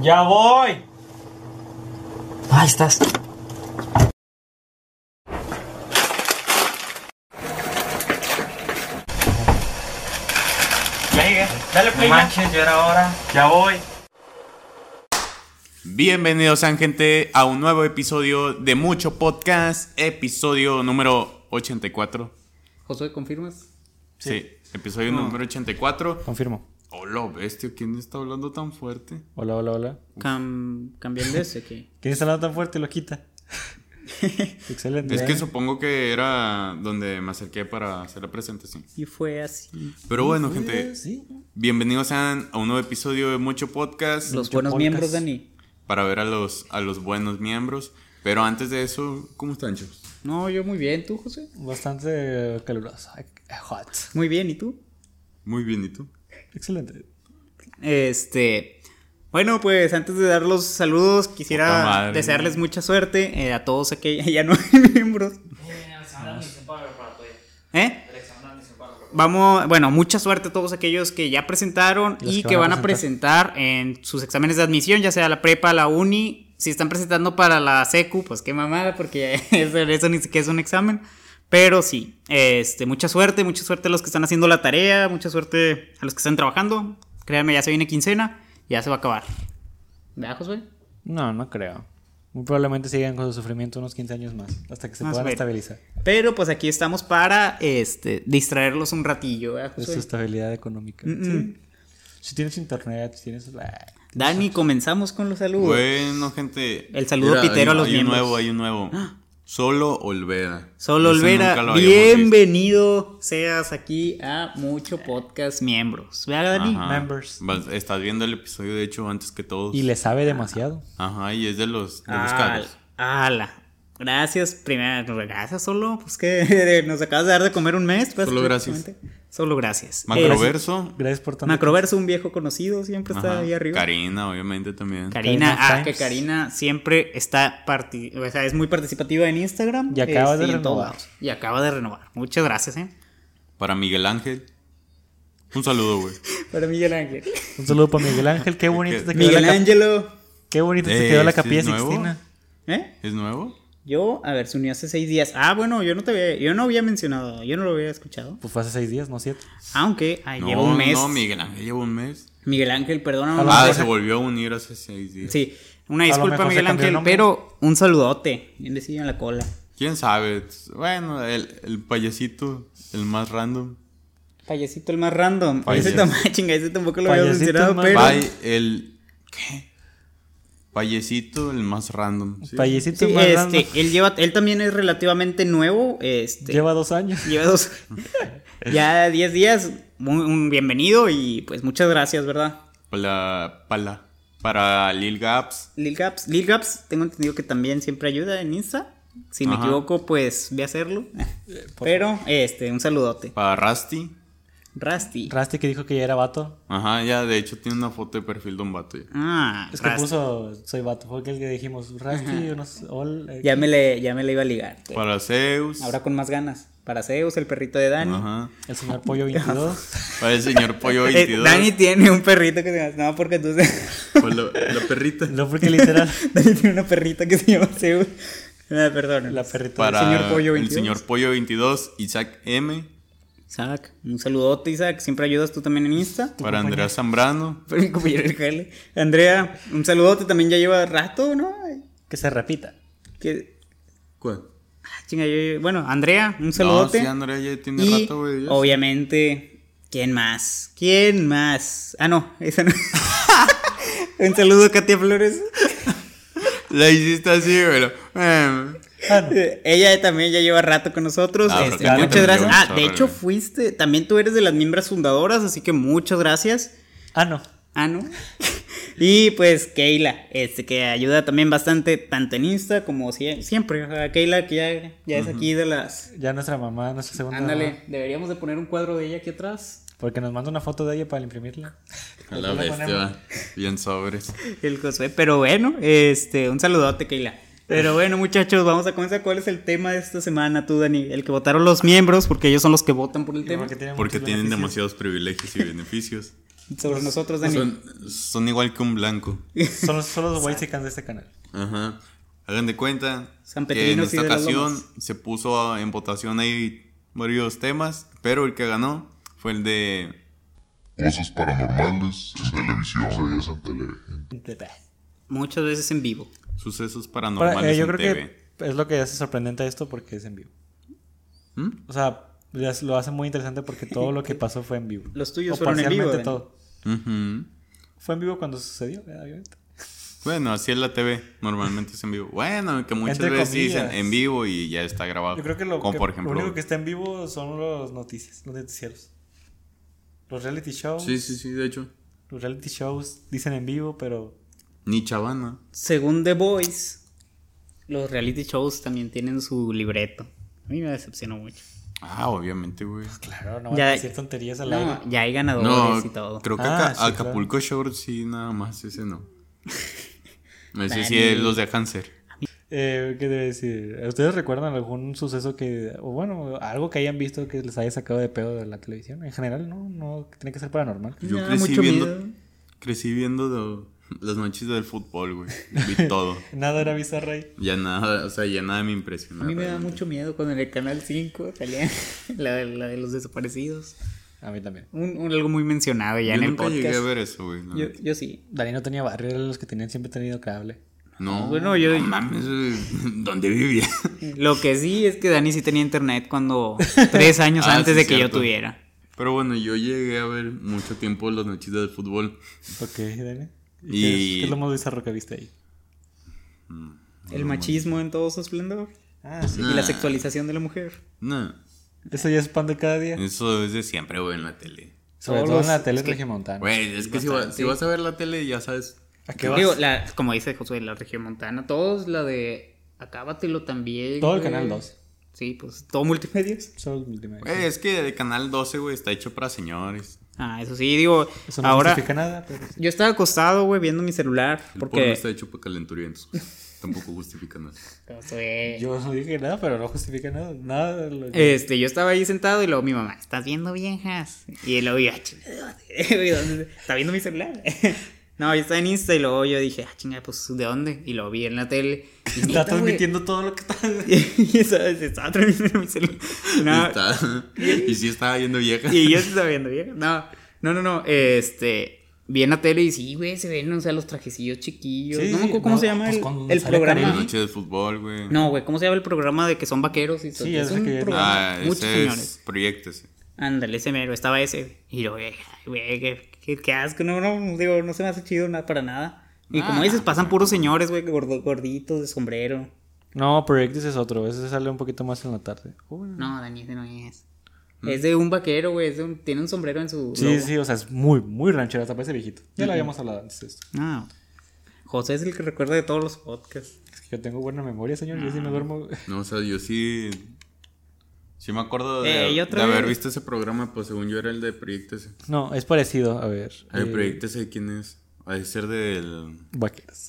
Ya voy. Ahí estás. Ya llegué. Dale play. ya. Manches, ya era hora. Ya voy. Bienvenidos, sean, gente, a un nuevo episodio de Mucho Podcast, episodio número 84. Josué, ¿confirmas? Sí, episodio número 84. Confirmo. Hola, bestia, ¿quién está hablando tan fuerte? Hola, hola, hola. Cam... Cambian de ese que. ¿Quién está hablando tan fuerte y lo quita? Excelente. Es que ¿eh? supongo que era donde me acerqué para hacer la presentación. Y fue así. Pero bueno, gente, Sí. bienvenidos sean a un nuevo episodio de Mucho Podcast Los buenos podcast. miembros, Dani. para ver a los, a los buenos miembros. Pero antes de eso, ¿cómo están, chicos? No, yo muy bien, ¿tú, José? Bastante caluroso. Ay, Hot. Muy bien, ¿y tú? Muy bien, ¿y tú? Excelente. Este. Bueno, pues antes de dar los saludos, Poca quisiera madre. desearles mucha suerte eh, a todos aquellos ya no hay miembros. ¿Eh? Vamos, bueno, mucha suerte a todos aquellos que ya presentaron Los y que que van van a a presentar en sus exámenes de admisión, ya sea la prepa, la uni. Si están presentando para la secu, pues qué mamada, porque eso, eso ni siquiera es un examen. Pero sí, este, mucha suerte, mucha suerte a los que están haciendo la tarea, mucha suerte a los que están trabajando. Créanme, ya se viene quincena, ya se va a acabar. ¿Verdad, Josué? No, no creo. Muy probablemente sigan con su sufrimiento unos 15 años más. Hasta que se Más puedan o menos. estabilizar. Pero pues aquí estamos para este, distraerlos un ratillo, ¿verdad, Es Josué? su estabilidad económica. Mm, Sí. mm. Si tienes internet, si tienes. Ah, Dani, comenzamos con los saludos. Bueno, gente. El saludo pitero hay- a los hay miembros. Ah. un nuevo, hay un nuevo. Solo Olvera. Solo Ese nunca Olvera, lo habíamos bienvenido seas aquí a Mucho Podcast Miembros. ¿Verdad, Dani? visto. Ajá. Members. Vas- Estás viendo el episodio, de hecho, antes que todos. Y le sabe demasiado. Ajá, y es de los, de los Ala, caros. ala. Gracias, primero, gracias solo, pues que nos acabas de dar de comer un mes. pues, Solo gracias. prácticamente. Solo gracias. Eh, Macroverso. Gracias por tanto. Macroverso, un viejo conocido, siempre está Ajá. ahí arriba. Karina, obviamente, también. Karina, Karina ah, Times. que Karina siempre está parti o sea, es muy participativa en Instagram. Y acaba este, de y en todos renovar. lados. Y acaba de renovar. Muchas gracias, eh. Para Miguel Ángel. Un saludo, güey. Para Miguel Ángel. Un saludo para Miguel Ángel. Qué bonito te quedó, Miguel la, cap- Ángelo. Qué bonito te Eh, quedó la ¿este capilla es nuevo? Sixtina. ¿Eh? ¿Es nuevo? Yo, a ver, se unió hace seis días. Ah, bueno, yo no te había, yo no había mencionado, yo no lo había escuchado. Pues fue hace seis días, no siete. Aunque, ay, No, lleva un mes. no, Miguel Ángel lleva un mes. Miguel Ángel, perdóname. lo Ah, mejor- se volvió a unir hace seis días. sí, una a lo disculpa, mejor se Miguel cambió el Ángel, nombre. pero un saludote. Bien decidido en la cola. ¿Quién sabe? Bueno, el, el payasito, el más random. Fallecito el más random. Fallecito. Ese tampoco, chinga, ese tampoco lo había Fallecito el mencionado, más- pero. Pay- el. ¿Qué? Payecito, el más random. ¿sí? Payecito Sí, más grande. este, él lleva, él también es relativamente nuevo. Este, Lleva dos años. Lleva dos. ya 10 días. Un, un bienvenido y pues muchas gracias, ¿verdad? Pala- pala- para Lil Gaps. Lil Gaps. Lil Gaps, tengo entendido que también siempre ayuda en Insta. Si me Ajá. equivoco, pues voy a hacerlo. Eh, Pero, este, un saludote. Para Rusty. Rusty. Rasti que dijo que ya era vato. Ajá, ya de hecho tiene una foto de perfil de un vato. ya. ah, Es que Rusty. puso soy vato. Fue el que dijimos Rasti, unos all. eh, Ya me le, ya me le iba a ligar. Para Zeus. Ahora con más ganas. Para Zeus, el perrito de Dani. Ajá. El señor Pollo 22. Para el señor Pollo Eh, 22. Dani tiene un perrito que se llama. No, porque tú se- Para la, la perrita. no, porque literal. Dani tiene una perrita que se llama Zeus. Ah, perdón. La perrita. Para el señor señor Pollo Pollo 22. 22. Isaac M. Isaac, un saludote, Isaac. Siempre ayudas tú también en Insta. Para Andrea Zambrano. Fue mi compañero del jale. Andrea, un saludote. También ya lleva rato, ¿no? Que se repita. Que ¿Cuál? Ah, Chinga, yo- yo- bueno, Andrea, un saludote. No, sí, Andrea ya tiene y rato, güey. ya. obviamente, ¿quién más? ¿Quién más? Ah, no, esa no. un saludo, Katia Flores. La hiciste así, pero. eh. Ah, no. Eh, Ella también ya lleva rato con nosotros. Ah, este, pero Katia muchas también gracias. lleva Ah, mucho de rato, hecho, güey. fuiste. También tú eres de las miembros fundadoras, así que muchas gracias. Ah, no. Ah, no. Y pues Keila, este que ayuda también bastante, tanto en Insta como sie- siempre. O sea, Keila, que ya, ya es aquí de las. Ya nuestra mamá, nuestra segunda. mamá, Ándale, deberíamos de poner un cuadro de ella aquí atrás. Porque nos manda una foto de ella para imprimirla. A la bestia, va. bien sobres. El Josué, pero bueno, este, un saludote, Keila. Pero bueno, muchachos, vamos a comenzar. ¿Cuál es el tema de esta semana, tú, Dani? El que votaron los miembros, porque ellos son los que votan por el tema. tiene Porque muchos tienen beneficios. demasiados privilegios y beneficios. sobre nosotros, Dani. Son, son igual que un blanco. Son los, son los whitexicans de este canal. Ajá. Hagan de cuenta San que en Petrinos y esta de las ocasión Lomas. se puso a- en votación ahí varios temas, pero el que ganó fue el de Cosas paranormales en televisión. Eso ya es en tele. Muchas veces en vivo. sucesos Para- eh, paranormales yo en creo TV. que es lo que hace sorprendente a esto porque es en vivo. ¿Mm? O sea, le hace- lo hace muy interesante porque todo lo que pasó fue en vivo. Los tuyos O fueron en vivo, parcialmente Dani. todo. Ujú. Fue en vivo cuando sucedió, ¿verdad? obviamente. Bueno, así es la TV, normalmente es en vivo. Bueno, que muchas Entre veces dicen comillas. en vivo y ya está grabado. Yo creo que lo, Como que- por lo ejemplo. único que está en vivo son los noticias, los noticieros. Los reality shows. Sí, sí, sí, de hecho. Los reality shows dicen en vivo, pero Ni chavana. Según The Voice, los reality shows también tienen su libreto. A mí me decepcionó mucho. Ah, obviamente, güey. claro, no van Ya- a decir tonterías al aire. No, ya hay ganadores No, y todo. creo que Ah, Aca- sí, claro. Acapulco Short sí, nada más, ese no. Ese sí Dani. es los de cáncer. Eh, ¿Qué debe decir? ¿Ustedes recuerdan algún suceso que, o bueno, algo que hayan visto que les haya sacado de pedo de la televisión? En general, no, no tiene que ser paranormal. Yo Me da crecí mucho viendo, miedo. crecí viendo lo- las noches del fútbol, güey. Vi todo. Nada era bizarrey. Ya nada, o sea, ya nada me A impresionó. mí me da realmente. mucho miedo cuando en el canal 5 salía la, la de los desaparecidos. A mí también. Un, un- algo muy mencionado ya Yo en el nunca llegué a podcast. ver eso, güey. la Yo, neta. yo sí. Dani no tenía barrio, eran los que tenían siempre tenido cable. No, Bueno, yo- no mames, güey, ¿dónde vivía? Lo que sí es que Dani sí tenía internet cuando tres años Ah, antes sí, de que cierto. yo tuviera. Pero bueno, yo llegué a ver mucho tiempo las noches del fútbol. Ok, Dani. ¿Y Y- ¿Qué, es, qué es lo más bizarro que viste ahí? El machismo en todo su esplendor. Ah, sí. Y Nah. la sexualización de la mujer. No, Eso ya es pan de cada día. eso es de siempre, güey, en la tele. Sobre Todos todo en la los- tele es que- regiomontana. Güey, es que si, va- si vas a ver la tele, ya sabes. ¿A qué vas? Digo, la, como dice Josué, la región montana. Todos la de Acábatelo también. Todo el güey. canal 2. Sí, pues todo multimedia. Solo el multimedia. Güey, es que el canal 12, güey, está hecho para señores. Ah, eso sí, digo. Eso no ahora, significa nada, pero sí. yo estaba acostado, güey, viendo mi celular. El porno Porque. está hecho para calenturientos. güey. Tampoco justifica nada. Josué. Yo no dije nada, pero no justifica nada. Nada. de lo- Eh. Este, yo estaba ahí sentado y luego mi mamá, ¿estás viendo viejas? Y luego yo, "Ah, chinga, ¿de dónde? ¿Está viendo mi celular? No, yo estaba en Insta y luego yo dije, ah, chinga, pues, ¿de dónde? Y lo vi en la tele. Y Está neta, güey, transmitiendo todo lo que está. y ¿sabes? estaba transmitiendo mi celular. No, Está- y sí estaba viendo vieja. y yo sí estaba viendo vieja. No, no, no, no. Este, vi en la tele y sí, güey, se ven, o sea, los trajecillos chiquillos. Sí, no me acuerdo sí, cómo no, se llama pues el, cuando el sale programa. La Karina. noche de fútbol, güey. No, güey, ¿cómo se llama el programa de que son vaqueros? Y todo? Sí, es ese un que- programa. Ah, Muchos ese señores. es. Proyectese. Ándale, ese mero, estaba ese. Y yo, güey, güey, qué, qué- qué asco, no, no, digo, no se me hace chido nada para nada. Y como Ah, dices, pasan güey. puros señores, güey, gordo- gorditos, de sombrero. No, Project es otro. Ese sale un poquito más en la tarde. Uy. Oh, No, Dani, ese no es. Mm. Es de un vaquero, güey, es de un- tiene un sombrero en su... Sí, logo. sí, o sea, es muy, muy ranchero. Hasta parece viejito. Ya lo habíamos hablado antes de esto. No. Ah, José es el que recuerda de todos los podcasts. Es que yo tengo buena memoria, señor. Yo sí Ah. me duermo. No, o sea, yo sí. Sí me acuerdo de, Eh, y otra de haber vez. visto ese programa, pues según yo era el de Proyectese. No, es parecido. A ver. El eh, Proyectese, ¿quién es? Ha de ser del. Vaqueros.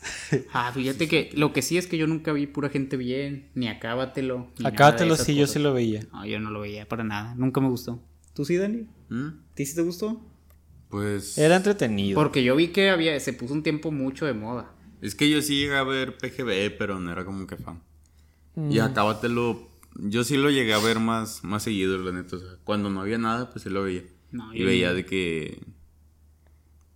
Ah, fíjate que lo que sí es que yo nunca vi pura gente bien, ni acábatelo. ni Acá nada te de lo esas sí, yo cosas. sí lo veía. No, yo no lo veía para nada, nunca me gustó. ¿Tú sí, Dani? ¿Mm? ¿Ti sí te gustó? Pues. Era entretenido. Porque yo vi que había, se puso un tiempo mucho de moda. Es que yo sí llegué a ver PGB, pero no era como que fan. Mm. Y acábatelo. Yo sí lo llegué a ver más, más seguido, la neta. o sea, cuando no había nada, pues sí lo veía. No, y yo- veía de que.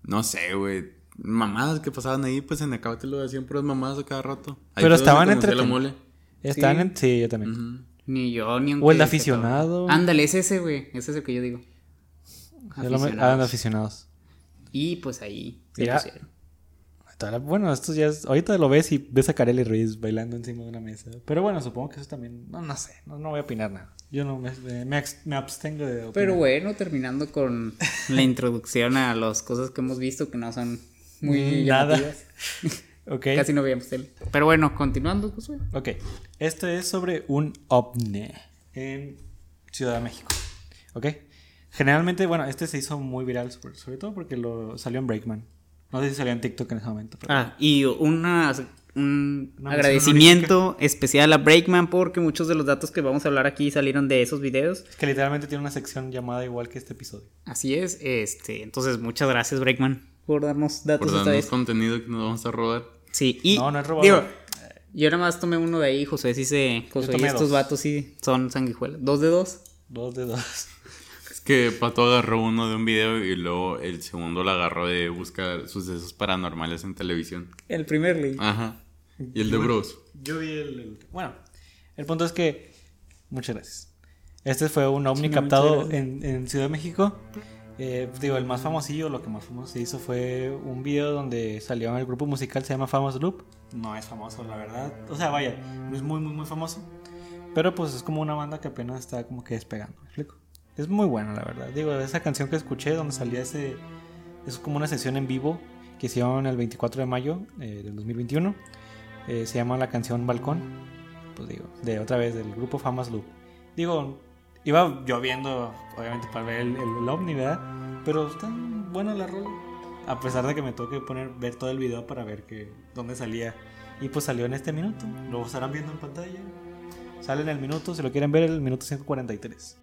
No sé, güey. Mamadas que pasaban ahí, pues en Acábatelo hacían puras mamadas a cada rato. Ahí Pero fue donde estaban conocí a la entreten- mole. Están Sí. en. Sí, yo también. Ni yo, ni un O el de aficionado. Ándale, es ese, güey. Es ese que yo digo. Yo lo me- Aficionados. Ah, de aficionados. Y pues ahí se Mira. pusieron. Toda la- Bueno, esto ya es... Ahorita lo ves y ves a Kareli Ruiz bailando encima de una mesa. Pero bueno, supongo que eso también... No, no sé. No, no voy a opinar nada. Yo no me, me- me abs- me abstengo de opinar. Pero bueno, terminando con la introducción a las cosas que hemos visto que no son muy Nada. llamativas. Ok. Casi no veíamos tele. Pero bueno, continuando, Josué. Ok. Esto es sobre un ovni en Ciudad de México. Ok. Generalmente, bueno, este se hizo muy viral, sobre, sobre todo porque lo salió en Breakman. No sé si salía en TikTok en ese momento. pero- Ah, y una, Una un mención agradecimiento especial a Breakman porque muchos de los datos que vamos a hablar aquí salieron de esos videos. Es que literalmente tiene una sección llamada igual que este episodio. Así es, este, entonces muchas gracias Breakman por darnos datos Por esta darnos vez. contenido que nos vamos a robar. Sí, y No, no es robado. digo, yo nada más tomé uno de ahí, José, sí se, José, y tomé estos dos. vatos sí son sanguijuelas, dos de dos. Dos de dos. Es que Pato agarró uno de un video y luego el segundo lo agarró de buscar sucesos paranormales en televisión. El primer link. Ajá. Y el de Bros. Yo vi el, el- Bueno, el punto es que. Muchas gracias. Este fue un ovni captado en, en Ciudad de México. Eh, digo, el más famosillo, lo que más famoso se hizo fue un video donde salió en el grupo musical, se llama Famous Loop. No es famoso, la verdad. O sea, vaya, no es muy, muy, muy famoso. Pero pues es como una banda que apenas está como que despegando, ¿me explico? Es muy buena, la verdad. Digo, esa canción que escuché donde salía ese... Es como una sesión en vivo que hicieron el 24 de mayo eh, del 2021. Eh, se llama la canción Balcón. Pues digo, de otra vez del grupo Famas Loop. Digo, iba lloviendo, obviamente, para ver el, el, el ovni, ¿verdad? Pero está buena la rola. A pesar de que me toque poner, ver todo el video para ver que, dónde salía. Y pues salió en este minuto. Lo estarán viendo en pantalla. Sale en el minuto, si lo quieren ver, el minuto 143.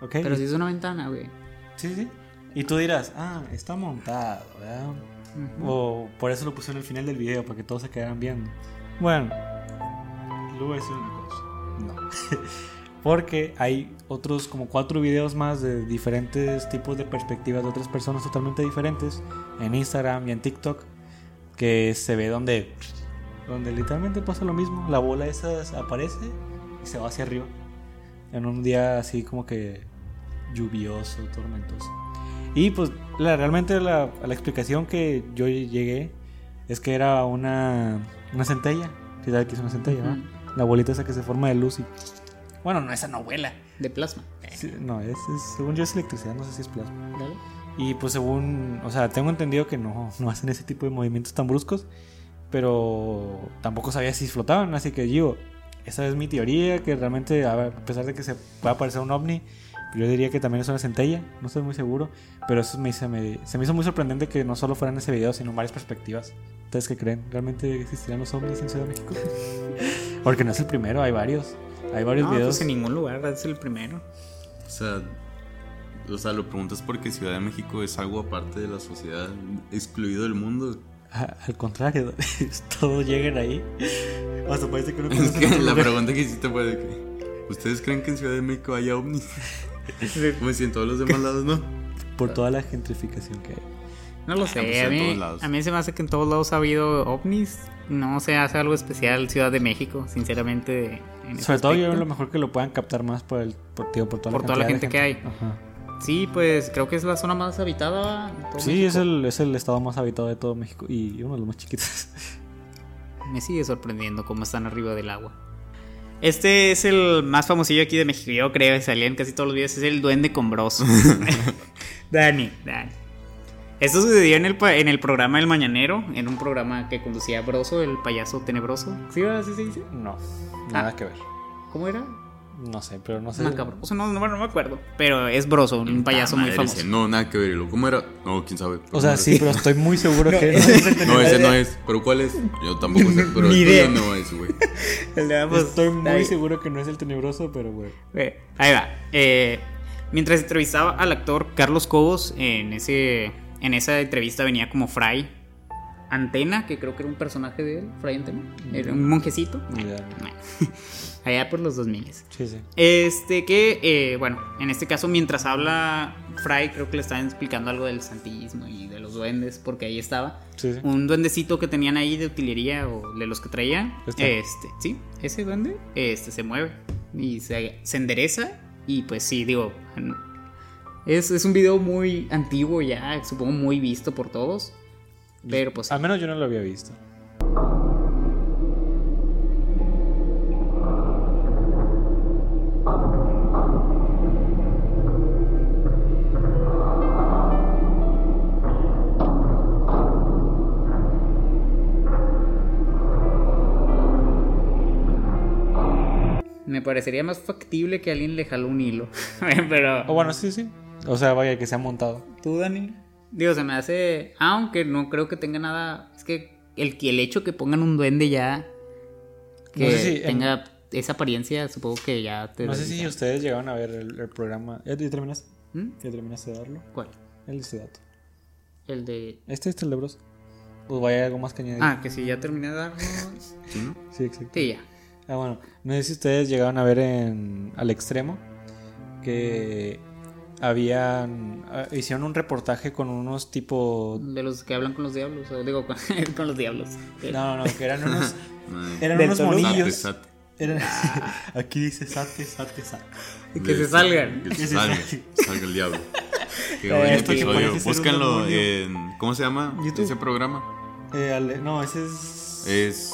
¿Ok? Pero sí es una ventana, güey. Sí, sí. Y tú dirás, ah, está montado, ¿verdad? O por eso lo pusieron al final del video, para que todos se quedaran viendo. Bueno, le voy a decir una cosa. No. Porque hay otros como cuatro videos más de diferentes tipos de perspectivas de otras personas totalmente diferentes en Instagram y en TikTok que se ve donde donde literalmente pasa lo mismo, la bola esa aparece y se va hacia arriba en un día así como que lluvioso, tormentoso. Y pues la, realmente la, la explicación que yo llegué es que era una, una centella. Si sabes que es una centella, ¿verdad? La bolita esa que se forma de luz y... Bueno, no, esa no vuela. De plasma. Sí, No, es, es- según yo es electricidad, no sé si es plasma. Dale. Y pues según... O sea, tengo entendido que no, no hacen ese tipo de movimientos tan bruscos. Pero tampoco sabía si flotaban, así que digo... Esa es mi teoría, que realmente a ver, a pesar de que se pueda parecer un ovni, yo diría que también es una centella, no estoy muy seguro, pero eso me, se, me, se me hizo muy sorprendente que no solo fueran ese video, sino varias perspectivas. ¿Ustedes qué creen? ¿Realmente existirán los ovnis en Ciudad de México? Porque no es el primero, hay varios. Hay varios No, videos. pues en ningún lugar, es el primero. O sea, o sea, lo preguntas porque Ciudad de México es algo aparte de la sociedad, excluido del mundo. A- Ah, Al contrario, todos llegan ahí. Hasta parece que no Es conocen que otro la lugar. pregunta que hiciste fue de que, ¿ustedes creen que en Ciudad de México haya ovnis? Como si en todos los demás lados no. Por toda la gentrificación que hay. No lo pues, sé, en a mí, todos lados. a mí se me hace que en todos lados ha habido ovnis. No se hace algo especial Ciudad de México, sinceramente. en ese Sobre todo yo aspecto. lo mejor que lo puedan captar más por el por, tío, por toda, Por toda la cantidad de gente que Ajá. Sí, pues creo que es la zona más habitada. en todo Sí, México. es el, es el estado más habitado de todo México y uno de los más chiquitos. Me sigue sorprendiendo cómo están arriba del agua. Este es el más famosillo aquí de México, yo creo, que salía en casi todos los videos, es el duende combroso. Dani, Dani. Esto sucedió en el, pa- en el programa El Mañanero, en un programa que conducía Broso, el payaso tenebroso. ¿Sí, verdad? ¿Sí se dice? No, nada que ver. ¿Cómo era? No sé, pero no sé. Macabroso, no, no, no me acuerdo. Pero es Broso, un payaso Ah, muy madre, famoso. ese No, nada que ver. ¿lo- ¿Cómo era? No, quién sabe. O sea, sí, pero estoy muy seguro que no. No, ese no es. ¿Pero cuál es? Yo tampoco sé, pero el Ni idea. tuyo no es, güey. Estoy muy Ahí. seguro que no es el tenebroso, pero bueno. Eh, Ahí va. Eh, mientras entrevistaba al actor Carlos Cobos, en, ese, en esa entrevista venía como Fray Antena, que creo que era un personaje de él, Fray Antena. Era un monjecito. Ni idea, ¿no? Allá por los 2000. Sí, sí. Este que, eh, bueno, en este caso mientras habla Fry, creo que le están explicando algo del santillismo y de los duendes, porque ahí estaba. Sí, sí. Un duendecito que tenían ahí de utilería o de los que traía. Este. Este, sí, ese duende, este se mueve y se, se endereza y pues sí, digo, es, es un video muy antiguo ya, supongo muy visto por todos, pero pues... Al menos yo no lo había visto. Me parecería más factible que alguien le jaló un hilo. Pero. O bueno, sí, sí. O sea, vaya, que se ha montado. ¿Tú, Dani? Digo, se me hace. Aunque no creo que tenga nada. Es que el, que- el hecho que pongan un duende ya. Que No sé si en- tenga esa apariencia, supongo que ya te. No sé si desdicha. ustedes llegaron a ver el, el programa. ¿Ya te terminaste? ¿Mm? ¿Ya terminaste de darlo? ¿Cuál? El de Sedato. El de. Este es tenebroso. Pues vaya, algo más que añadir. Ah, que si ya terminé de darlo. ¿Sí, no? Sí, exacto. Sí, ya. Ah, bueno. No sé si ustedes llegaron a ver en Al Extremo que habían. ah, hicieron un reportaje con unos tipo. De los que hablan con los diablos. o digo, con, con los diablos. Eh, No, no, no, que eran unos. Ay. Ah, Eran Del unos Toluca. Ah. Sate, monillos. sate. Eran- Aquí dice sate, sate, sate. Que se salgan. Que se salga, salga el diablo. Qué Eh, buen esto que episodio. parece ser un Búscanlo demonio. en. ¿Cómo se llama YouTube. ese programa? Eh, Ale- no, ese es. Es.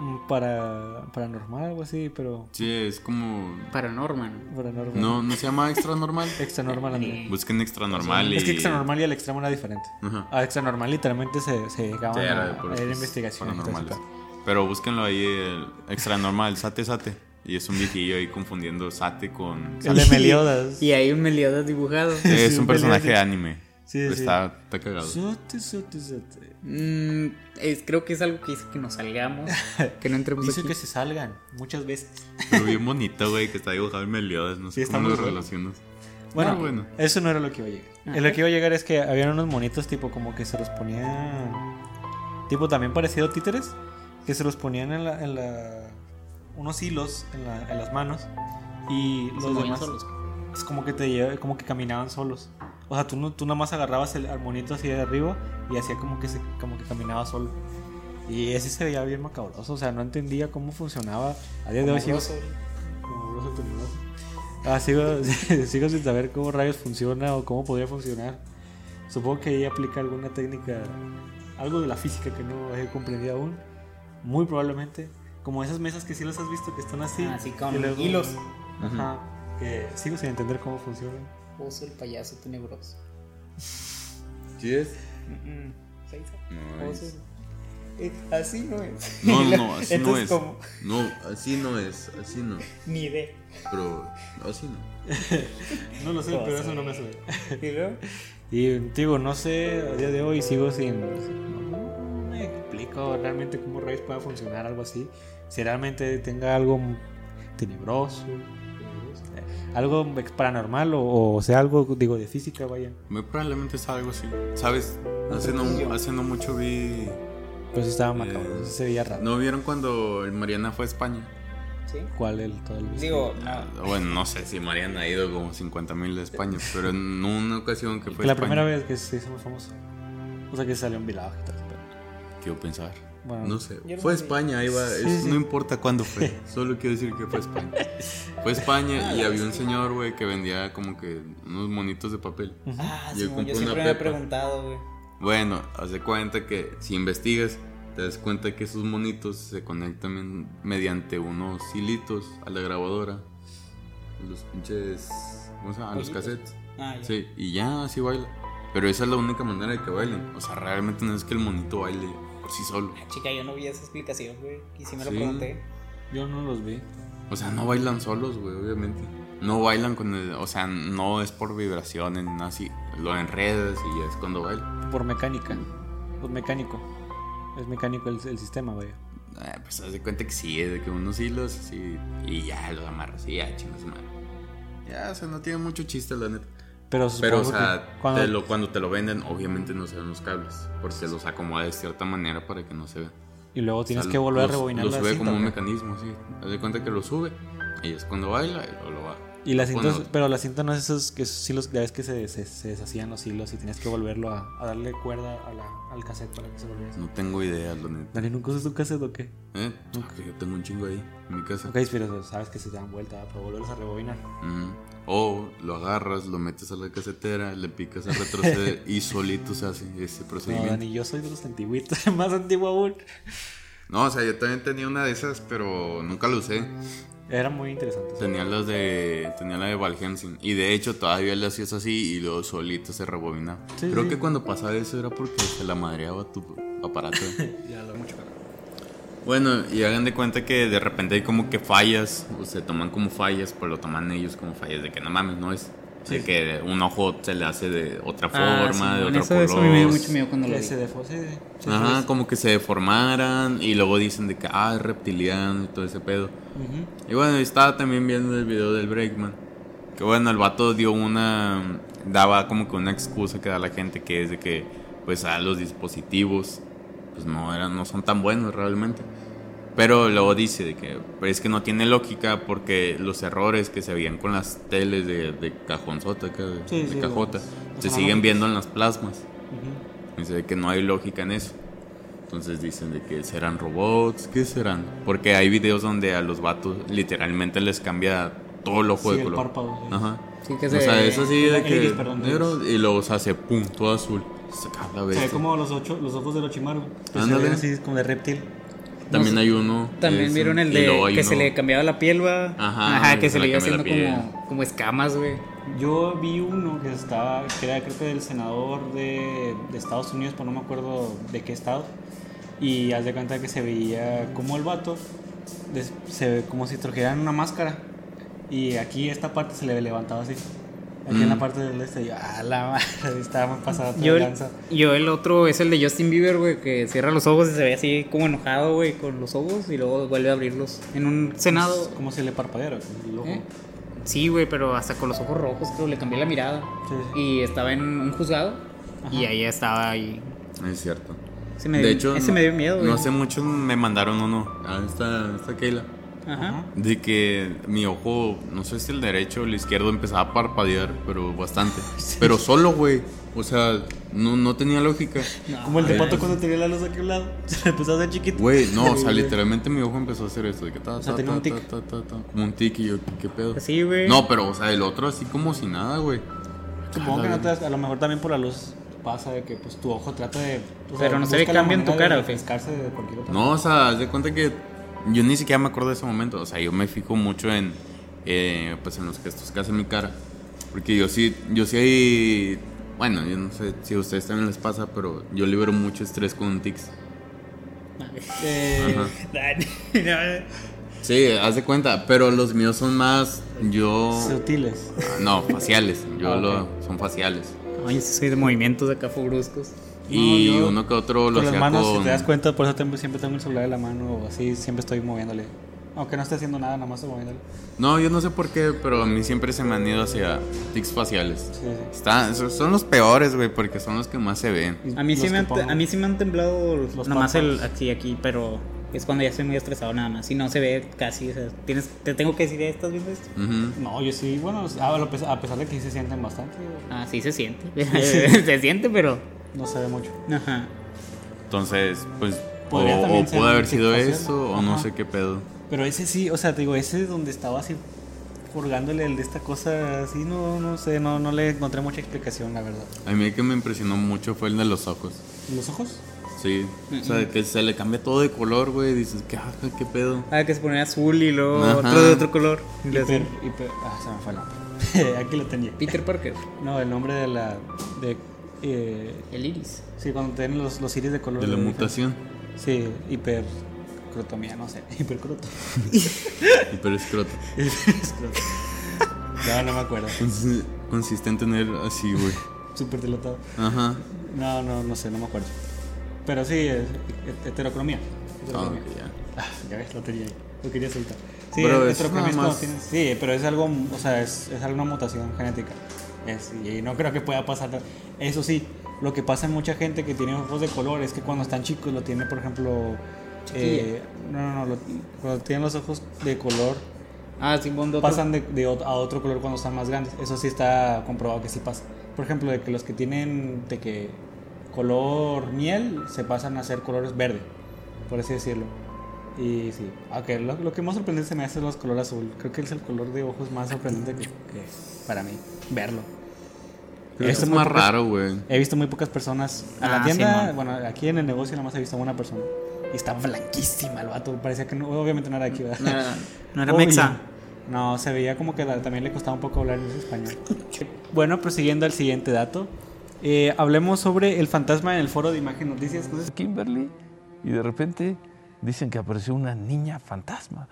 mm, Para. Paranormal, algo así, pero. Sí, es como. Paranormal. Paranormal. No, no se llama extra normal. Extra normal, Andrea. Busquen extra normal y. Es que extra normal Ah, y al extremo era diferente. Ajá. A extra normal literalmente se, se llegaban Sí, era de a, puras a ir a cosas investigaciones. y todo ese paranormales. Pero búsquenlo ahí, el extra normal, sate, sate. Y es un viejillo ahí confundiendo sate con. pedo. El de Meliodas. Y hay un Meliodas dibujado. Es sí, un un personaje de peleador. anime. Sí, sí. Pues Está, está cagado. Sote, sote, sote. Mm, es- creo que es algo que dice que nos salgamos. Que no entremos Dice aquí. que se salgan muchas veces. Pero bien bonito, güey, que está dibujado en Meliodas. No Sí, sé está cómo muy lo bueno. relacionas. Bueno, Ah, bueno. eso no era lo que iba a llegar. Ah. Lo que iba a llegar es que habían unos monitos tipo como que se los ponían... Tipo también parecido a títeres. Que se los ponían en la... En la unos hilos en, la- en las manos. Y Se los movían demás... solos. Es como que te lle- como que caminaban solos. O sea, tú, no- tú nada más agarrabas el al monito así de arriba y hacía como que se, como que caminaba solo. Y ese se veía bien macabroso, o sea, no entendía cómo funcionaba. A día de hoy sigo, macabroso, tenebroso. Ah, sigo, sigo sin saber cómo rayos funciona o cómo podría funcionar. Supongo que ahí aplica alguna técnica, algo de la física que no he comprendido aún. Muy probablemente. Como esas mesas que sí las has visto que están así. Así Ah, con y luego- hilos. Ajá. Que sigo sin entender cómo funciona. Oso el payaso tenebroso. ¿Sí es? Mm, ¿se dice? No, Oso. es- Eh, Así no es. No, no, no, así Esto no es es. como- No, así no es, así no. Ni idea. Pero así no. No lo sé, pero eso no me suena. ¿Y luego? Y digo, no sé, a día de hoy sigo sin. No me explico realmente cómo Reyes pueda funcionar algo así. Si realmente tenga algo tenebroso, eh, algo ex- paranormal o, o sea algo, digo, de física, vaya. Muy probablemente es algo así. ¿Sabes? Hace no, hace no mucho vi. Pero sí pues estaba macabro, Eh, sí se veía raro. ¿No vieron cuando el Mariana fue a España? Sí. ¿Cuál el todo el Digo, Ah, Bueno, no sé si Mariana ha ido como 50 mil de España, pero en una ocasión que fue Que la a España, primera vez que se hizo muy famoso. O sea, que salió en Vila Baja, tal, pero- Quiero pensar. Bueno, No sé. Yo no Fue a sé. España, ahí va. Sí, es- sí. No importa cuándo fue. Solo quiero decir que fue a España. Fue a España y había un señor, güey, que vendía como que unos monitos de papel. Ah, Yo Simón, yo compré una siempre me he pepa. preguntado, güey. Bueno, haz de cuenta que si investigas, te das cuenta que esos monitos se conectan en- mediante unos hilitos a la grabadora. Los pinches. ¿Cómo se llama? A los Hilitos. cassettes. Ah, ya. Sí, y ya así baila. Pero esa es la única manera de que bailen. O sea, realmente no es que el monito baile por sí solo. Ah, Chica, yo no vi esa explicación, güey. Y sí me lo Sí. pregunté. Yo no los vi. O sea, no bailan solos, güey, obviamente. No bailan con el. O sea, no es por vibraciones, nada así. Lo enredas y ya es cuando baila. Por mecánica. Por mecánico. Es mecánico el, el sistema, vaya. Ah, pues haz de cuenta que sí, es de que unos hilos así. Y ya lo amarras y ya, chingas madre. Ya, o sea, no tiene mucho chiste, la neta. Pero, supongo Pero, o que sea, cuando, te lo- cuando te lo venden, obviamente no se ven los cables. Porque los acomodas de cierta manera para que no se vea. y luego tienes O sea, que volver lo- a rebobinar Lo la sube cinta. como un güey. mecanismo, sí. Haz de cuenta que lo sube y es cuando baila y luego lo baja. Y la cinta, Bueno, es- pero la cinta no es esos, que esos hilos, ya ves que se, se- se deshacían los hilos y tenías que volverlo a, a darle cuerda a la- al cassette para que se volviera. No tengo idea, la neta. Dani, ¿nunca usas tu cassette o qué? ¿Eh? Ah, que yo tengo un chingo ahí en mi casa. Ok, pero sabes que se te dan vuelta, pero volverlos a rebobinar. Ujú. O lo agarras, lo metes a la casetera, le picas a retroceder y solito se hace ese No, procedimiento. Dani, yo soy de los antiguitos, más antiguo aún. No, o sea, yo también tenía una de esas, pero nunca la usé. Era muy interesante. Tenía las de. Tenía la de Valhemsen. Y de hecho todavía le hacías así y luego solito se rebobinaba. Sí, Creo sí. que cuando pasaba eso era porque se la madreaba tu aparato. Ya lo mucho. Bueno, y hagan de cuenta que de repente hay como que fallas, o se toman como fallas, pero lo toman ellos como fallas de que no mames, no es. de que un ojo se le hace de otra Ah, forma, sí, de bueno, otro eso, color. eso a mí me dio mucho miedo cuando lo Que vi. se defo- sí, sí, sí, Ajá, sí. como que se deformaran y luego dicen de que, ah, es reptiliano y todo ese pedo. Ujú. Y bueno, estaba también viendo el video del Breakman. Que bueno, el vato dio una. Daba como que una excusa que da la gente que es de que, pues, a los dispositivos, pues no, eran, no son tan buenos realmente. Pero luego dice de que "Pero es que no tiene lógica porque los errores que se veían con las teles de, de cajonzota, acá, de, Sí, de sí, cajota, los- los se análogos. siguen viendo en las plasmas. Ujú. Dice de que no hay lógica en eso. Entonces dicen de que serán robots, ¿qué serán? Porque hay videos donde a los vatos literalmente les cambia todo el Sí, ojo de el color. párpado, sí. Ajá. Sí, que o se- sea, es así de el que iris, perdón, negro y luego se hace pum, todo azul. Se cae la Se bestia. ve como los, ocho, los ojos del Ochimaru. Que se este. Ándale. ven así como de reptil. También hay uno. También es- vieron el y luego de hay que se uno- le cambiaba la piel, va. Ajá, que se, se le le iba cambia haciendo la como, como escamas, güey. Yo vi uno que estaba, que era creo que del senador de, de Estados Unidos, pero no me acuerdo de qué estado. Y haz de cuenta que se veía como el vato, des- se ve como si trajeran una máscara. Y aquí esta parte se le levantaba así. Aquí en la parte del este, yo, ah, la madre, estaba pasada toda Yo, lanza. yo el otro es el de Justin Bieber, güey, que cierra los ojos y se ve así como enojado, güey, con los ojos y luego vuelve a abrirlos en un senado. Como si le parpadeara con el ojo. ¿Eh? Sí, güey, pero hasta con los ojos rojos, creo, le cambié la mirada. Sí, sí. Y estaba en un juzgado y ahí estaba ahí. Es cierto. Ese me de dio, hecho, ese no- me dio miedo, güey. No hace mucho me mandaron uno. A esta, esta Keila. Ajá. De que mi ojo, no sé si el derecho o el izquierdo empezaba a parpadear, pero bastante. Pero solo, güey. O sea, no, no tenía lógica. Como el de pato cuando tenía la luz aquí a un lado, se le empezó a hacer chiquito. Güey, no, o sea, literalmente mi ojo empezó a hacer esto. De que ta, sea, ta, tenía ta, un tic. ta, ta, ta, como un tic y yo, ¿qué pedo? Sí, güey. No, pero, o sea, el otro así como si nada, güey. Supongo que no te das- a lo mejor también por la luz pasa de que pues tu ojo trata de o Pero no se ve busca la cambio en tu manera cara, de ¿o qué? refrescarse de cualquier otra. No, o sea, haz de cuenta que yo ni siquiera me acuerdo de ese momento. O sea, yo me fijo mucho en, eh, pues, en los gestos que hace mi cara. Porque yo sí, yo sí, bueno, yo no sé si a ustedes también les pasa, pero yo libero mucho estrés con tics. Eh, Ajá. Eh, No. Sí, haz de cuenta, pero los míos son más, yo, sutiles. no, faciales. Yo Ah, lo, ok. son faciales. Ay, sí soy de movimientos acá bruscos. Y No, yo- uno que otro lo Con las hacía manos, con- si te das cuenta, por eso tengo- siempre tengo el celular en la mano o así, siempre estoy moviéndole. Aunque no esté haciendo nada, nada más estoy moviéndole. No, yo no sé por qué, pero a mí siempre se me han ido hacia tics faciales. Sí, sí. Están, son- son los peores, güey, porque son los que más se ven. A mí, Los sí que me han, pongo. a mí sí me han temblado los Los nomás el párpados. aquí, aquí, pero es cuando ya estoy muy estresado nada más. Y no se ve casi. o sea, tienes, te tengo que decir, ¿estás viendo esto? Ujú. No, yo sí, bueno, a a pesar a pesar de que sí se sienten bastante, Ah, sí se siente. se siente, pero. no se ve mucho. Ajá. Entonces, pues, o, Podría también o ser pudo haber un sido tic facial. eso, o no Ajá. sé qué pedo. Pero ese sí, o sea, te digo, ese es donde estaba así Furgándole el de esta cosa así, no, no sé, no, no le encontré mucha explicación, la verdad. A mí el que me impresionó mucho fue el de los ojos. ¿Los ojos? Sí, o sea, que se le cambia todo de color, güey. Dices, ¿qué, ah, qué pedo? Ah, que se pone azul y luego Ajá. otro de otro color. Y le Hiper, hacen- hiper- ah, se me fue el nombre. Aquí lo tenía. Peter Parker, No, el nombre de la. De, eh, el iris. sí, cuando tienen los, los iris de color. De la mutación. Sí, hipercrotomía, no sé. Hipercroto. Y pero es croto. Hipercroto. no, no me acuerdo. Consi- Consiste en tener así, güey. Súper dilatado. Ajá. No, no, no sé, no me acuerdo. Pero sí, es he- heterocromía. Ah, Heterocromía. ok, ya. Ah, ya ves, lo tenía ahí. Lo quería soltar. Sí, Pero el es heterocromía nada es cuando más- tienes- Sí, pero es algo, o sea, es, es alguna mutación genética. Es- y no creo que pueda pasar. Eso sí, lo que pasa en mucha gente que tiene ojos de color es que cuando están chicos lo tiene, por ejemplo. eh, no, no, no. lo- cuando tienen los ojos de color, Ah, sí, bondo. pasan de, de ot- a otro color cuando están más grandes. Eso sí está comprobado que sí pasa. Por ejemplo, de que los que tienen de que color miel se pasan a ser colores verde, por así decirlo. Y sí, aunque lo, lo que más sorprendente se me hace es los color azul. Creo que es el color de ojos más sorprendente que, que para mí verlo. Creo que Esto es muy más pocas- raro, güey. He visto muy pocas personas a Ah, la tienda. Simón. bueno, aquí en el negocio nada más he visto a una persona. Y está blanquísima el vato. Parecía que no, obviamente no era de aquí, ¿verdad? No era, no era Obvio. mexa. No, se veía como que la- también le costaba un poco hablar en español. Bueno, prosiguiendo al siguiente dato. eh, hablemos sobre el fantasma en el foro de Imagen Noticias. No sé Kimberly y de repente dicen que apareció una niña fantasma.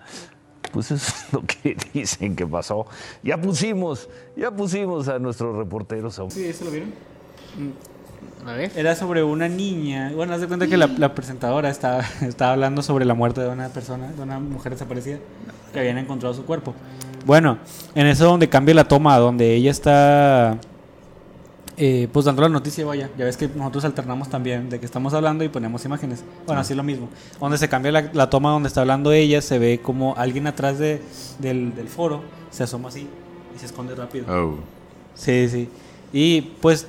Pues eso es lo que dicen que pasó. Ya pusimos, ya pusimos a nuestros reporteros a un Sí, eso lo vieron. Mm, A ver. Era sobre una niña. Bueno, haz de cuenta que la, la presentadora estaba, estaba hablando sobre la muerte de una persona, de una mujer desaparecida, que habían encontrado su cuerpo. Bueno, en eso donde cambia la toma, donde ella está eh, pues dando la noticia, vaya. Ya ves que nosotros alternamos también de que estamos hablando y ponemos imágenes. Bueno, así es lo mismo. Donde se cambia la, la toma donde está hablando ella, se ve como alguien atrás de, del, del foro se asoma así y se esconde rápido. Oh. Sí, sí. Y pues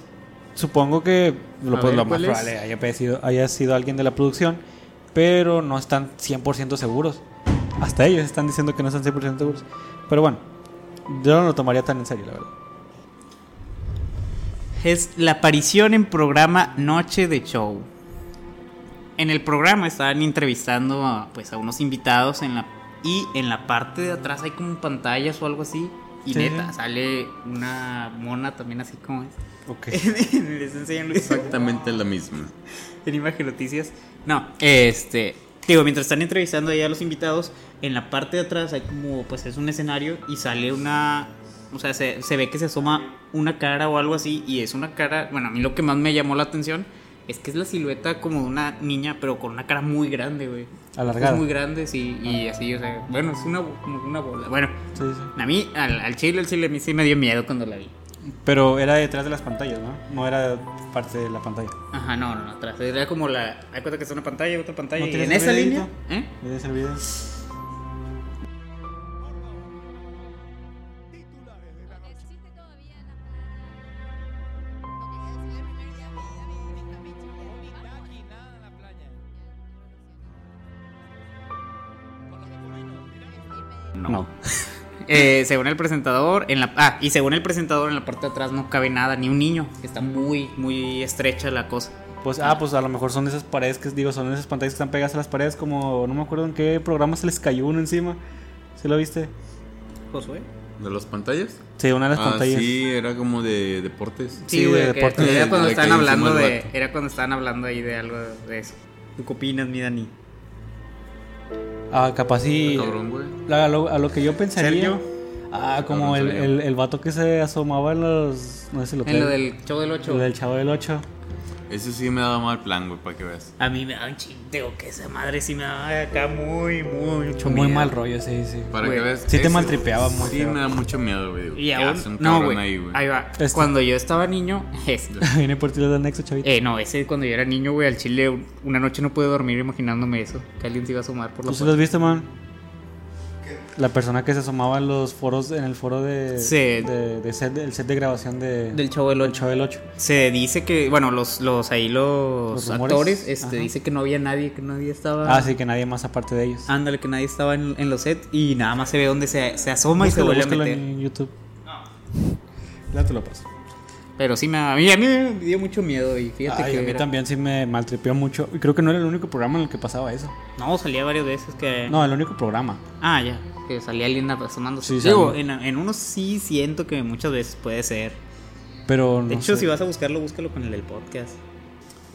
supongo que lo, A pues, ver, lo más ¿cuál es? probable haya, pe- sido, haya sido alguien de la producción, pero no están 100% seguros. Hasta ellos están diciendo que no están 100% seguros. Pero bueno, yo no lo tomaría tan en serio, la verdad. es la aparición en programa Noche de Show. En el programa estaban entrevistando a, pues, a unos invitados en la, y en la parte de atrás hay como pantallas o algo así. Y Sí. neta, sale una mona también así como es. Ok. Les enseñan Luis. Exactamente la misma. en Imagen Noticias. No, este. Digo, mientras están entrevistando ahí a los invitados, en la parte de atrás hay como, pues es un escenario y sale una. O sea, se, se ve que se asoma una cara o algo así y es una cara. Bueno, a mí lo que más me llamó la atención es que es la silueta como de una niña, pero con una cara muy grande, güey. Alargada. Es muy grande, sí, y así, o sea, bueno, es una, bo- como una bola. Bueno, Sí, sí. a mí, al, al chile, al chile, a mí sí me dio miedo cuando la vi. Pero era detrás de las pantallas, ¿no? No era parte de la pantalla. Ajá, no, no, no, atrás. Era como la. Hay cuenta que es una pantalla, otra pantalla. ¿No y tienes en el esa línea. videíto? ¿Eh? Mira ese video. No. Eh, según el presentador, en la. Ah, y según el presentador, en la parte de atrás no cabe nada, ni un niño. Está muy, muy estrecha la cosa. Pues, ah, pues a lo mejor son de esas paredes que digo, son de esas pantallas que están pegadas a las paredes, como no me acuerdo en qué programa se les cayó uno encima. ¿Sí lo viste? ¿Josué? ¿De las pantallas? Sí, una de las Ah, pantallas. sí, era como de deportes. Sí, Sí, güey, de que- deportes. Era cuando De que estaban encima hablando el de. vato. Era cuando estaban hablando ahí de algo de eso. ¿Tú qué opinas, mi Dani? Ah, capaz sí. Ah, cabrón, güey. La- a, lo, a lo que yo pensaría. Sergio. Ah, como Cabrón, el, Sergio. el, el vato que se asomaba en los. No sé si lo En lo trae. del show del 8. Lo del chavo del 8. Ese sí me daba mal plan, güey, para que veas. A mí me da un chingo que esa madre sí me da acá muy, muy, mucho Muy miedo. mal rollo, sí, sí. Para Güey, que veas. sí te ese- maltripeaba muy Sí, feo. me da mucho miedo, güey. digo, Y ¿qué aún. hace un no, cabrón güey. Ahí, ahí, güey? va. Este. Cuando yo estaba niño. Ese. Viene por ti lo del anexo, chavito. Eh, no, ese cuando yo era niño, güey, al chile una noche no pude dormir imaginándome eso, que alguien se iba a asomar por la ¿Tú sí lo has puerta. visto, man? La persona que se asomaba en los foros, en el foro de. Sí. De, de set, el set de grabación de. Del Chavo del del Ocho. Chavo del 8. Se dice que, bueno, los, los ahí los, Los rumores. actores, este, Ajá. dice que no había nadie, que nadie estaba. Ah, sí, que nadie más aparte de ellos. Ándale, que nadie estaba en, en los sets y nada más se ve donde se, se asoma y se vuelve a Búscalo meter. en YouTube. Ya te lo paso. Pero sí, me, a, mí, a mí me dio mucho miedo y fíjate Ay, que. a mí era- también sí me maltripeó mucho. Y creo que no era el único programa en el que pasaba eso. No, salía varias veces que. No, el único programa. Ah, ya, que salía alguien asomándose. Sí, Digo, sale. en, en unos sí siento que muchas veces puede ser. Pero no De hecho, sé. si vas a buscarlo, búscalo con el del podcast.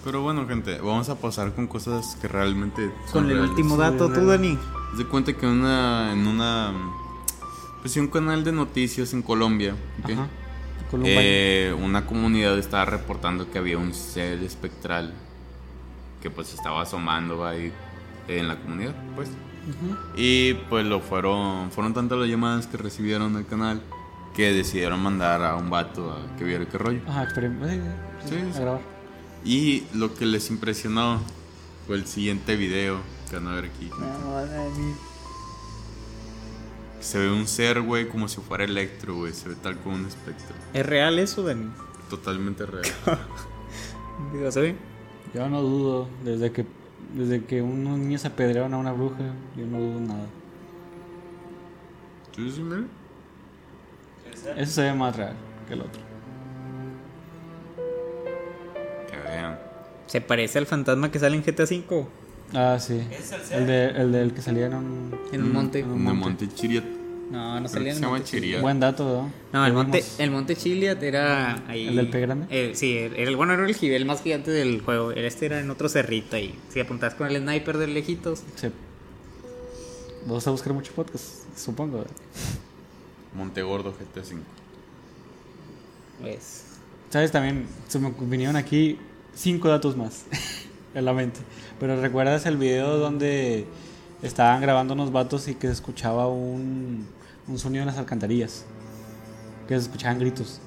Pero bueno, gente, vamos a pasar con cosas que realmente. son Con el reales. último dato, tú, nada. Dani. Haz de cuenta que una, en una. Pues sí, un canal de noticias en Colombia. ¿ok? Ajá. Con un baño. Eh, una comunidad estaba reportando que había un ser espectral que pues estaba asomando ahí en la comunidad, pues. Y pues lo fueron, fueron tantas las llamadas que recibieron del canal que decidieron mandar a un vato a que viera qué rollo. Ajá, experim- sí, sí, Sí, a sí. grabar. Y lo que les impresionó fue el siguiente video que van a ver aquí. Se ve un ser, güey, como si fuera electro, güey. Se ve tal como un espectro. ¿Es real eso, Dani? Totalmente real. Mm. Digo, ¿sí? Yo no dudo. Desde que, desde que unos niños apedrearon a una bruja, yo no dudo nada. ¿Tú sí, mira? Eso se ve más real que el otro. Que vean. ¿Se parece al fantasma que sale en GTA V? Ah, sí. el, de, el del que salía en un. En un monte. Un monte chiriato. No, no Creo que salía en se el llama monte. Chiria. Buen dato, ¿no? No, el Ya monte, vimos. el monte Chiliad era ahí. ¿El del pez grande? Eh, sí, era el bueno, era el gibel más gigante del juego. El Este era en otro cerrito ahí. Si apuntabas con el sniper de lejitos. Sí. Vamos a buscar mucho podcast, supongo. Montegordo GTA 5. Pues. ¿Sabes? También se me vinieron aquí cinco datos más en la mente. Pero ¿recuerdas el video donde estaban grabando unos vatos y que se escuchaba un, un sonido en las alcantarillas? Que se escuchaban gritos.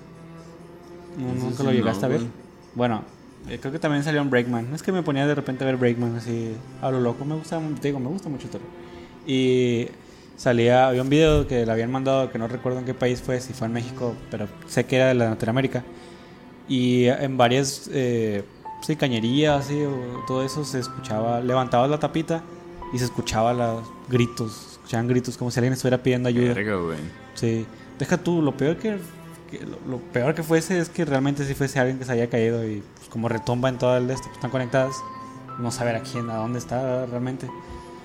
No, Eso nunca sí, lo no, llegaste a ver. güey. Bueno, eh, creo que también salió en Breakman. Es que me ponía de repente a ver Breakman así a lo loco. Me gusta, mu- te digo, me gusta mucho todo. Y salía, había un video que le habían mandado, que no recuerdo en qué país fue, si fue en México, pero sé que era de la Norteamérica. Y en varias eh, sí, cañerías, sí, o todo eso se escuchaba, levantabas la tapita y se escuchaba los gritos, escuchaban gritos como si alguien estuviera pidiendo ayuda. Verga, güey. Sí, deja tú, lo peor que, que lo, lo peor que fuese es que realmente si fuese alguien que se haya caído y pues, como retumba en todo el de este, pues, están conectadas, no saber a quién, a dónde está realmente.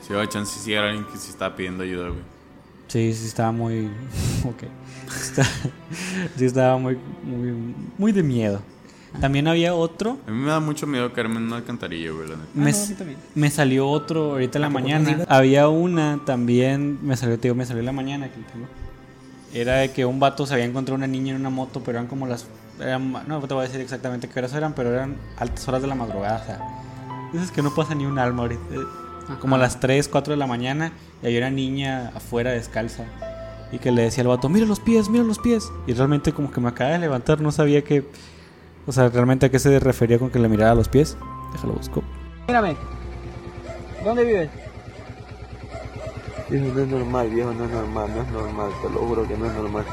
Si va a chance si era alguien que se estaba pidiendo ayuda, güey. Sí, sí estaba muy ok. Está- sí estaba muy, muy muy de miedo. También había otro A mí me da mucho miedo caerme en una alcantarilla, güey, la neta. me, me salió otro ahorita en la mañana. Había una también, me salió, te digo, me salió en la mañana. que tengo. Era de que un vato se había encontrado una niña en una moto, pero eran como las. eran- no te voy a decir exactamente qué horas eran, pero eran altas horas de la madrugada. O sea, dices que no pasa ni un alma ahorita. Como a las 3, 4 de la mañana, y había una niña afuera descalza. Y que le decía al vato, mira los pies, mira los pies. Y realmente como que me acaba de levantar, no sabía que... O sea, realmente a qué se refería con que le mirara los pies. Déjalo busco. Mírame. ¿Dónde vives? Viejo, no es normal, viejo, no es normal, no es normal, te lo juro que no es normal.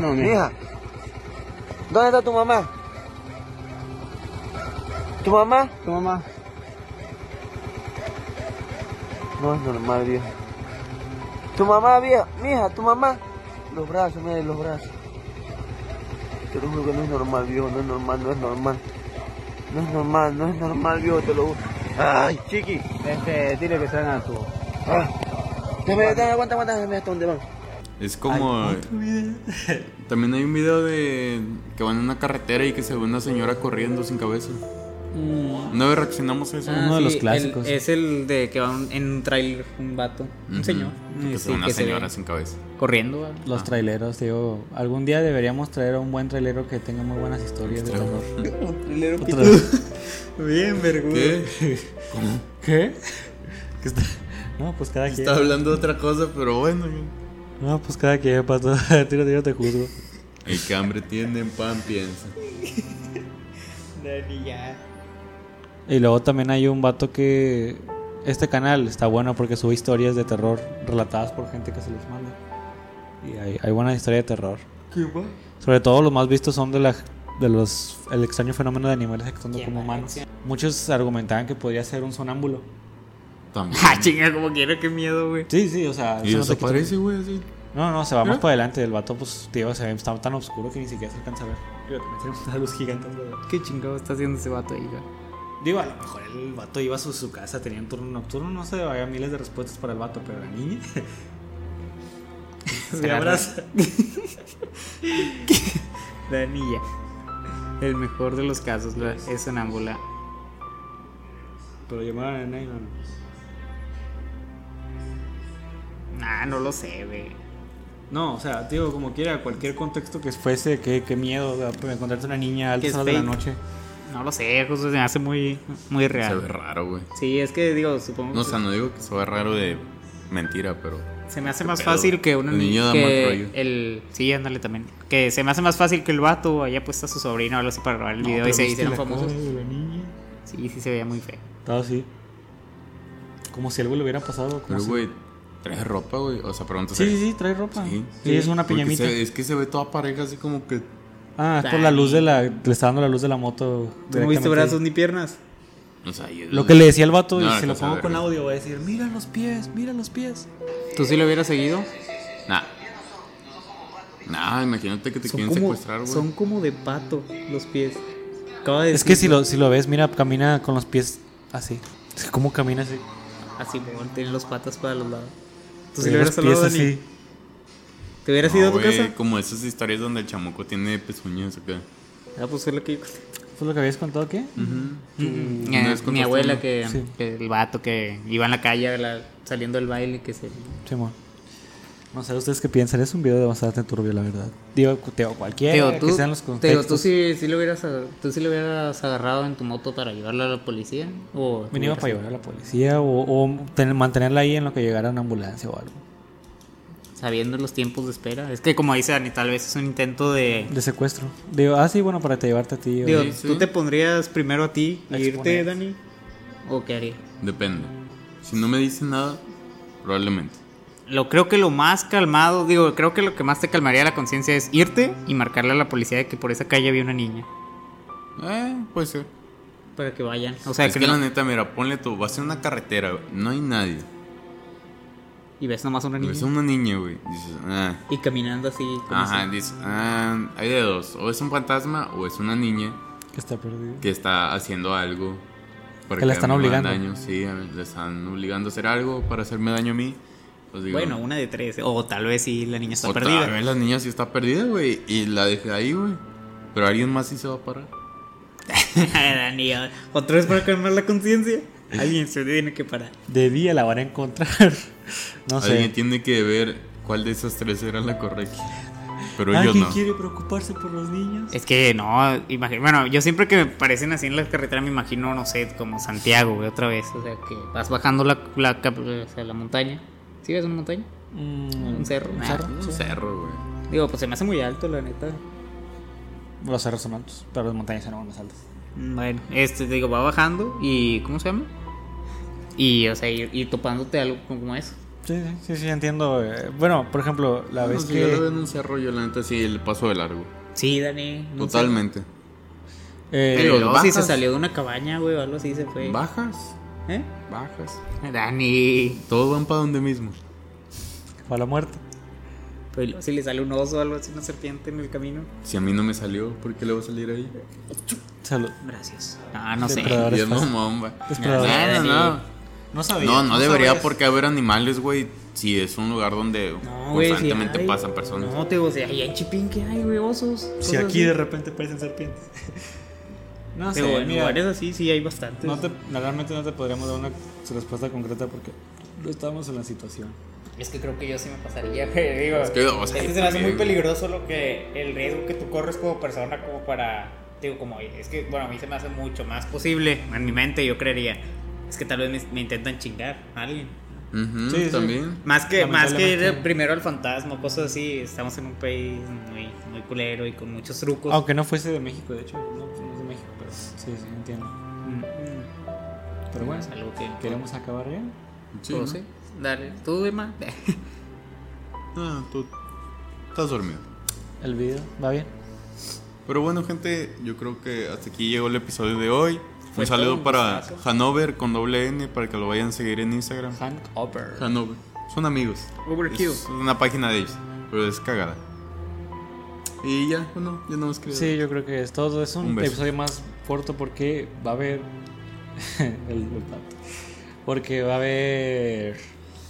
No, Mija, ¿dónde está tu mamá? ¿Tu mamá? Tu mamá. No es normal, viejo. ¿Tu mamá, viejo? Mija, ¿tu mamá? Los brazos, mira, los brazos. Te lo juro que no es normal, viejo, no es normal, no es normal. No es normal, no es normal, viejo, te lo juro. ¡Ay, chiqui! Este, dile que salgan a tu. Ah. Dame, dame, aguanta, aguanta, dame hasta dónde van. Es como. eh, También hay un video de que van en una carretera y que se ve una señora corriendo sin cabeza. Mm. No reaccionamos a eso. Ah, Uno de los clásicos. el- es el de que va un- en un trailer un vato, un Ujú. señor. Que eh, se sí, ve una que se señora ve sin cabeza. corriendo. ¿va? Los traileros, digo, algún día deberíamos traer a un buen trailero que tenga muy buenas historias de terror. Otra vez. Bien, vergüenza. ¿Qué? ¿Qué? Que está- No, pues cada quien. Estaba hablando de otra cosa, pero bueno. güey. No, pues cada quien, pato. tiro, tiro, te juzgo. El que hambre tiene en pan piensa. Y luego también hay un vato que. Este canal está bueno porque sube historias de terror relatadas por gente que se los manda. Y hay, hay buena historia de terror. Sobre todo los más vistos son de la de los el extraño fenómeno de animales actuando como humanos. Muchos argumentaban que podría ser un sonámbulo. También. Ah, chinga, como quiera, qué miedo, güey. Sí, sí, o sea, Y eso no te quita- desaparece, güey, así. No, no, se va más para adelante. El vato, pues, tío, se ve, está tan oscuro que ni siquiera se alcanza a ver. Pero también tenemos una luz gigante. alrededor. Qué chingado está haciendo ese vato ahí, güey. Digo, a lo mejor el vato iba a su, su casa, tenía un turno nocturno, no sé, había miles de respuestas para el vato, pero la niña. se abraza. La niña. El mejor de los casos la- es sonámbula. Pero llamaron a Nena y no, no. Nah, no lo sé, güey. No, o sea, digo, como quiera, cualquier contexto que fuese, qué, qué miedo, o sea, pues, encontrarte una niña a Que es altas horas de la fake. noche. No lo sé, José, se me hace muy, muy Se real. ve raro, güey. Sí, es que digo, supongo No, o que sea, no digo que se ve raro de mentira, pero. se me hace más pedo. fácil que una El niño niña da que mal rollo. el sí, ándale también. Que se me hace más fácil que el vato haya puesto a su sobrino o algo así para grabar el video y se hicieron famosos. Sí, sí se veía muy feo. Estaba así. Como si algo le hubiera pasado. Como Pero, si- güey, traes ropa, güey. O sea, preguntas. ¿Ah, Sí, sí, sí, trae ropa. Sí, es una porque piñamita. se- es que se ve toda pareja así como que. Ah, es por la luz de la. Le está dando la luz de la moto. directamente. ni piernas? O sea, yo- Lo que le decía el vato, No, y si no lo alcanza a pongo ver. con audio, va a decir: Mira los pies, mira los pies. ¿Tú sí lo hubieras seguido? Nah. Nah, imagínate que te quieren secuestrar, güey. son como de pato los pies. Acaba de Es que si lo, si lo ves, mira, camina con los pies así. ¿Cómo camina así? Así, como tienen los patas para los lados. Tú sí le hubieras saludado, Dani. así. ¿Te hubieras No, ido a tu güey, casa? Como esas historias donde el chamuco tiene pezuñas acá. Ah, pues fue lo que yo ¿Fue lo que habías contado qué? Eh, Mm, no es mi contestando. abuela que, Sí. que el vato que iba en la calle la- saliendo del baile que se Simón. No sé, ¿ustedes qué piensan? Es un video de bastante turbio, la verdad. Digo, Teo, cualquiera Teo, que tú, sean los Teo, contextos. tú sí, sí lo hubieras, aga- tú sí lo hubieras agarrado en tu moto para llevarla a la policía. O te Venimos hubieras- para llevar a la policía o, o tener- mantenerla ahí en lo que llegara una ambulancia o algo. Sabiendo los tiempos de espera. Es que como dice Dani, tal vez es un intento de... De secuestro. Digo, ah, sí, bueno, para te llevarte a ti. o- Digo, Sí, sí. ¿tú te pondrías primero a ti y irte, Exponer. Dani? ¿O qué harías? Depende. Si no me dicen nada, probablemente. Lo creo que lo más calmado, digo, creo que lo que más te calmaría la conciencia es irte y marcarle a la policía de que por esa calle había una niña. Eh, puede ser. Para que vayan. O sea, es que que no- la neta, mira, ponle tú, vas a una carretera, güey, no hay nadie. y ves nomás una Y niña. Ves a una niña, güey. Dices, ah. Y caminando así. como Ajá, si- dices, ah, hay de dos. O es un fantasma o es una niña Que está perdido. que está haciendo algo. para Que la están me hagan obligando. Daño. Sí, a mí- le están obligando a hacer algo para hacerme daño a mí. Pues digo, Bueno, una de tres. O tal vez sí, la niña está o tal perdida. vez la niña sí está perdida, güey. Y la dejé ahí, güey. Pero alguien más sí se va a parar. Dani, otra vez para calmar la conciencia. Alguien se tiene que parar. De día la van a encontrar. no sé. Alguien tiene que ver cuál de esas tres era la correcta. Pero ellos ¿Alguien no. quiere preocuparse por los niños? Es que no, imagino. Bueno, yo siempre que me parecen así en las carreteras me imagino, no sé, como Santiago, güey, otra vez. O sea, que vas bajando la, la, cap- o sea, la montaña. ¿Sí ves una montaña? Mm, Un cerro. ¿Un Nah. cerro? Ah, Un cerro, güey. Digo, pues se me hace muy alto, la neta. Los cerros son altos, pero las montañas son más altas. Bueno, este, te digo, va bajando y. ¿Cómo se llama? Y, o sea, ir, ir topándote algo como eso. Sí, sí, sí, sí, entiendo. eh, Bueno, por ejemplo, la No, vez si que... Ah, yo lo veo en un cerro, yo la neta sí le paso de largo. Sí, Dani. no sé. Totalmente. eh, Pero Pero luego sí se bajas. salió de una cabaña, güey, o algo así se fue. Bajas, ¿Eh? bajas. Dani. Todos van para donde mismo. fue a la muerte. Pues luego si le sale un oso o algo así, una serpiente en el camino. Si a mí no me salió, ¿por qué le va a salir ahí? Salud. Gracias. Ah, no sé. Depredador. Ahora es Dios no, fácil. mamba. Depredador. No, no, no. No sabía. No, no debería porque haber animales, güey. Si es un lugar donde No, güey, si constantemente hay- pasan personas. No, te digo, o sea, ahí en Chipín que hay, güey, osos. Si cosas aquí así. de repente parecen serpientes. No sé, Digo, en mira, lugares así sí hay bastantes. no te, realmente no te podríamos dar una respuesta concreta porque no estábamos en la situación. Es que creo que yo sí me pasaría, pero digo. Es que, o sea, es que se me hace muy también. peligroso lo que el riesgo que tú corres como persona, como para. Digo, como. Es que, bueno, a mí se me hace mucho más posible. En mi mente, yo creería. Es que tal vez me, me intentan chingar a alguien. Ujú, Sí, sí. También. Más que, más que ir Lamentablemente. primero al fantasma, cosas así. Estamos en un país muy, muy culero y con muchos trucos. Aunque no fuese de México, de hecho, no, no es de México, pero sí, sí, entiendo. Mm, mm, Pero bueno, es algo que. queremos acabar bien. Sí, todo, ¿no? sí. Dale, tú, Emma. Ah, tú estás dormido. El video, ¿va bien? Pero bueno, gente, yo creo que hasta aquí llegó el episodio de hoy. Fue todo Un saludo un para gustazo. Hanover con doble N para que lo vayan a seguir en Instagram. Hangover. Hanover. Son amigos. Overkill. Es una página de ellos, pero es cagada. Y ya, bueno, ya no más quería. Sí, yo creo que es todo. Es un, Un beso. episodio más corto porque va a haber. el, el pato. Porque va a haber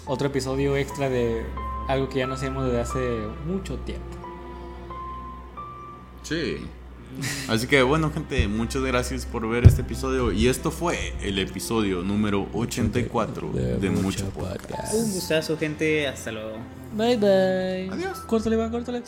otro episodio extra de algo que ya no hacemos desde hace mucho tiempo. Sí. Así que bueno, gente, muchas gracias por ver este episodio. Y esto fue el episodio número 84 de Mucho Podcast. Un gustazo, gente. Hasta luego. Bye bye. Adiós. Córtale, va, córtale.